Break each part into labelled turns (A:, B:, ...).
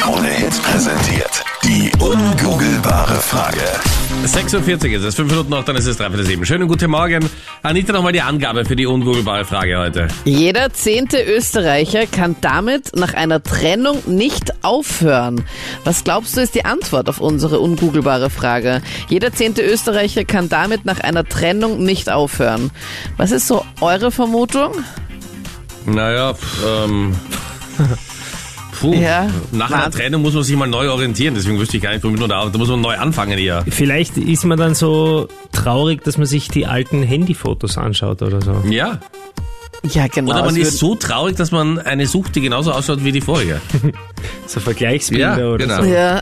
A: Krone Hits präsentiert. Die ungoogelbare Frage.
B: 46 ist es, 5 Minuten noch, dann ist es 3 für 7. Schönen guten Morgen. Anita, nochmal die Angabe für die ungoogelbare Frage heute.
C: Jeder zehnte Österreicher kann damit nach einer Trennung nicht aufhören. Was glaubst du ist die Antwort auf unsere ungoogelbare Frage? Jeder zehnte Österreicher kann damit nach einer Trennung nicht aufhören. Was ist so eure Vermutung?
B: Naja, pf, ähm. Puh,
C: Ja.
B: nach einer
C: Wahnsinn.
B: Trennung muss man sich mal neu orientieren, deswegen wüsste ich gar nicht, womit man da arbeitet. Da muss man neu anfangen hier.
D: Vielleicht ist man dann so traurig, dass man sich die alten Handyfotos anschaut oder so.
B: Ja.
C: Ja, genau.
B: Oder man
C: es
B: ist so traurig, dass man eine sucht, die genauso ausschaut wie die vorige.
D: So Vergleichsbilder
B: Ja,
D: oder
B: genau.
D: so.
C: würde- ja,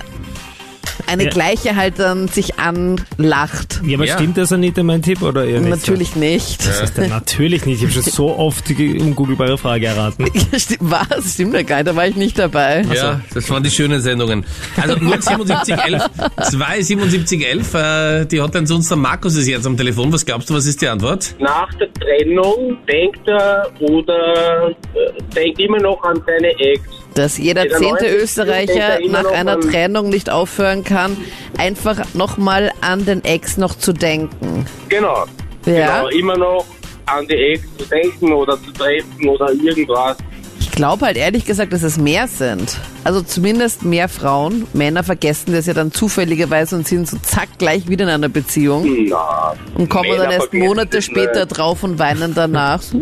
C: eine
D: Ja.
C: gleiche halt dann sich anlacht.
D: Ja, aber
B: Ja.
D: stimmt das, Anita, mein Tipp? Oder eher nicht so?
C: Natürlich nicht.
D: Das ist ja natürlich nicht. Ich habe schon so oft die um ungoogelbare Frage erraten.
C: Stimmt- Was? Stimmt ja gar nicht, da war ich nicht dabei.
B: Ja, das waren die schönen Sendungen. Also 07711, 27711, äh, die Hotline zu uns, der Markus ist jetzt am Telefon. Was glaubst du, was ist die Antwort?
E: nach der Trennung denkt er oder äh, denkt immer noch an seine Ex.
C: Dass jeder
E: Jeder
C: zehnte
E: Neunte
C: Österreicher
E: denkt ja immer
C: nach
E: noch
C: einer
E: an-
C: Trennung nicht aufhören kann, einfach nochmal an den Ex noch zu denken.
E: Genau.
C: Ja,
E: genau. Immer noch an die Ex zu denken oder zu treffen oder irgendwas.
C: ich glaube halt ehrlich gesagt, dass es mehr sind. Also zumindest mehr Frauen. Männer vergessen das ja dann zufälligerweise und sind so zack gleich wieder in einer Beziehung
E: Na,
C: und kommen
E: Männer
C: dann erst
E: vergessen
C: Monate
E: das
C: später
E: nicht.
C: drauf und weinen danach.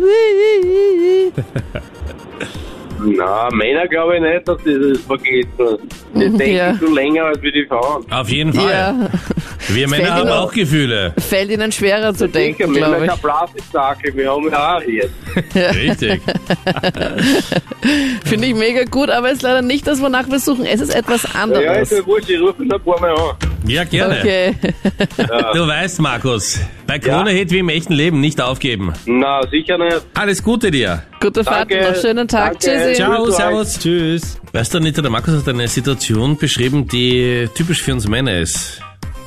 E: Na, Männer glaube ich nicht, dass sie das vergessen. Die denken
C: Mhm, ja.
E: schon länger als wir die Frauen.
B: Auf jeden Fall.
C: ja,
B: Wir Männer
C: fällt
B: haben
C: mir
B: auch Gefühle.
C: fällt ihnen schwerer zu
E: Sicher,
C: denken,
E: Männer
C: glaube ich.
E: keine Plastiksache, wir haben ja auch jetzt.
B: Richtig.
C: Finde ich mega gut, aber es ist leider nicht das, wonach wir suchen. Es ist etwas
E: Ja, ist
C: anderes.
E: ja wurscht, ich rufe da ein paar Mal an.
B: Ja, gerne.
C: Okay.
B: Du weißt, Markus, bei Krone
E: Ja.
B: Hit wie im echten Leben nicht aufgeben.
E: Na, sicher nicht.
B: Alles Gute dir.
C: Gute Fahrt
E: Danke.
C: noch. Schönen
E: Danke.
C: Tag. Tschüssi.
E: Ciao.
B: Ciao,
E: Grüß euch.
B: servus.
D: Tschüss.
B: Weißt du, Anita, der Markus hat eine Situation beschrieben, die typisch für uns Männer ist.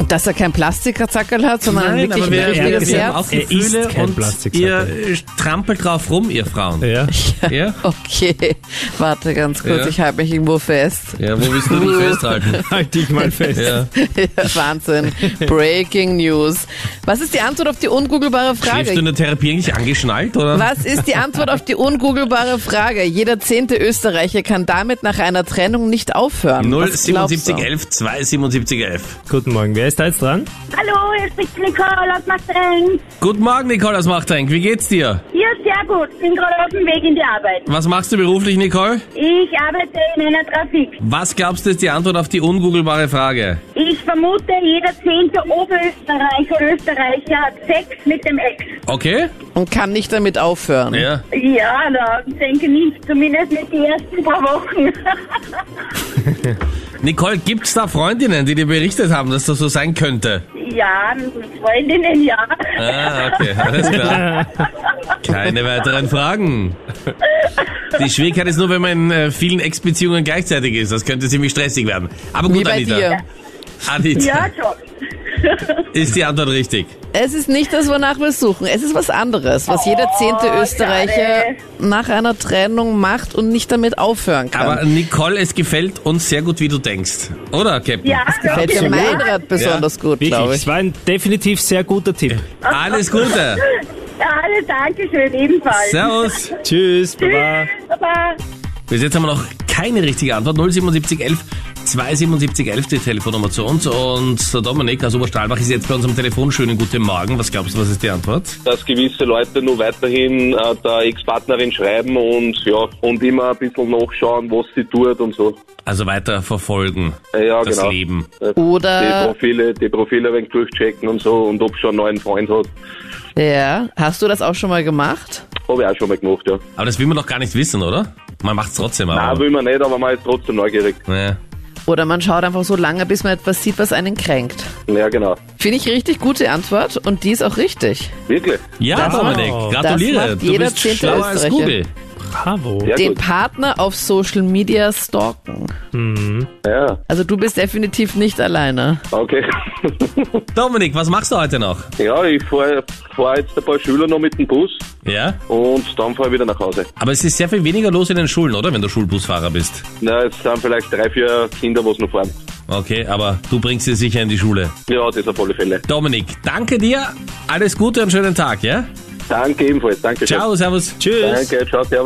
C: Dass er kein Plastikerzackerl hat, sondern ein wirklich
B: aber wir,
D: er-
B: wir,
C: richtiges
B: wir
D: er-
B: haben auch
C: Herz.
D: er ist
B: Gefühle
D: kein
B: und ihr
D: Plastiksackerl.
B: äh, trampelt drauf rum, ihr Frauen.
D: Ja.
B: Ja?
C: Okay, warte ganz kurz,
B: Ja.
C: ich halte mich irgendwo fest.
B: Ja, wo willst du dich festhalten?
D: Halt dich mal fest.
B: Ja.
C: Wahnsinn. Breaking News. Was ist die Antwort auf die ungoogelbare
B: Schläfst du
C: Frage?
B: in der Therapie eigentlich angeschnallt, oder?
C: Was ist die Antwort auf die ungoogelbare Frage? Jeder zehnte Österreicher kann damit nach einer Trennung nicht aufhören. Was glaubst du?
B: 07711 27711.
D: Guten Morgen. Wer ist da jetzt dran?
F: Hallo, hier spricht Nicole aus Marseille.
B: Guten Morgen, Nicole Machtrenk. Wie geht's dir?
F: Ja, sehr gut. Bin gerade auf dem Weg in die Arbeit.
B: Was machst du beruflich, Nicole?
F: Ich arbeite in einer Trafik.
B: Was glaubst du ist die Antwort auf die ungoogelbare Frage?
F: Ich vermute, jeder zehnte Oberösterreicher Österreicher hat Sex mit dem Ex.
B: Okay?
C: Und kann nicht damit aufhören.
B: Ja.
F: Ja, na, denke nicht. Zumindest nicht die ersten paar Wochen.
B: Nicole, gibt's da Freundinnen, die dir berichtet haben, dass das so sein könnte?
F: ja, mit Freundinnen, ja.
B: Ah, okay, alles klar. Keine weiteren Fragen. Die Schwierigkeit ist nur, wenn man in äh, vielen Ex-Beziehungen gleichzeitig ist. Das könnte ziemlich stressig werden. Aber gut,
C: Wie bei
B: Anita.
C: dir. genau.
B: Anita,
F: Ja, schon.
B: ist die Antwort richtig?
C: Es ist nicht das, wonach wir suchen. Es ist was anderes, was jeder zehnte Österreicher
F: schade.
C: nach einer Trennung macht und nicht damit aufhören kann.
B: Aber Nicole, es gefällt uns sehr gut, wie du denkst. Oder, Captain?
F: Ja, ja.
C: Fällt dir mein Rat besonders gut, glaube
D: Wirklich. Es
C: ich.
D: war ein definitiv sehr guter Tipp.
B: Alles Gute.
F: Alle Dankeschön, ebenfalls.
B: Servus.
D: Tschüss. Baba.
F: Tschüss, Baba.
B: Bis jetzt haben wir noch keine richtige Antwort. 07711 27711 die Telefonnummer zu uns. Und der Dominik aus Oberstahlbach ist jetzt bei uns am Telefon. Schönen guten Morgen. Was glaubst du, was ist die Antwort?
G: dass gewisse Leute nur weiterhin äh, der Ex-Partnerin schreiben und ja, und immer ein bisschen nachschauen, was sie tut und so.
B: Also weiter verfolgen.
G: Äh, Ja,
B: das
G: genau.
B: Leben.
G: Die
C: Oder,
G: Profile, die Profile ein wenig durchchecken und so und ob schon einen neuen Freund hat.
C: ja, hast du das auch schon mal gemacht?
G: Habe ich auch schon mal gemacht, ja.
B: Aber das will man doch gar nicht wissen, oder? Man macht's trotzdem
G: Nein,
B: aber.
G: will man nicht, aber man ist trotzdem neugierig.
B: Naja.
C: Oder man schaut einfach so lange, bis man etwas sieht, was einen kränkt.
G: Ja, genau.
C: Finde ich richtig gute Antwort und die ist auch richtig.
G: Wirklich?
B: Ja,
C: Das
B: Dominik,
D: macht-
B: gratuliere.
C: das macht
B: du
C: jeder
B: bist
C: zehnte
B: schlauer als
C: Österreicher.
B: Google.
D: Bravo.
G: Sehr
C: Den
G: gut.
C: Partner auf Social Media stalken.
G: Ja,
C: Also du bist definitiv nicht alleine.
G: okay.
B: Dominik, was machst du heute noch?
G: ja, ich fahre fahr jetzt ein paar Schüler noch mit dem Bus
B: Ja?
G: und dann fahre ich wieder nach Hause.
B: Aber es ist sehr viel weniger los in den Schulen, oder? Wenn du Schulbusfahrer bist.
G: Na, es sind vielleicht drei, vier Kinder, was noch fahren.
B: Okay, aber du bringst sie sicher in die Schule.
G: Ja, das auf alle Fälle.
B: Dominik, danke dir. Alles Gute und schönen Tag, ja?
G: Danke ebenfalls. Danke schön.
B: Ciao, servus.
D: Tschüss.
G: Danke, ciao, servus.